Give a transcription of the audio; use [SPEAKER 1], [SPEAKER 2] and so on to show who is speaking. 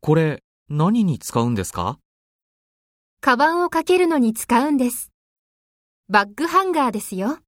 [SPEAKER 1] これ、何に使うんですか
[SPEAKER 2] カバンをかけるのに使うんです。バッグハンガーですよ。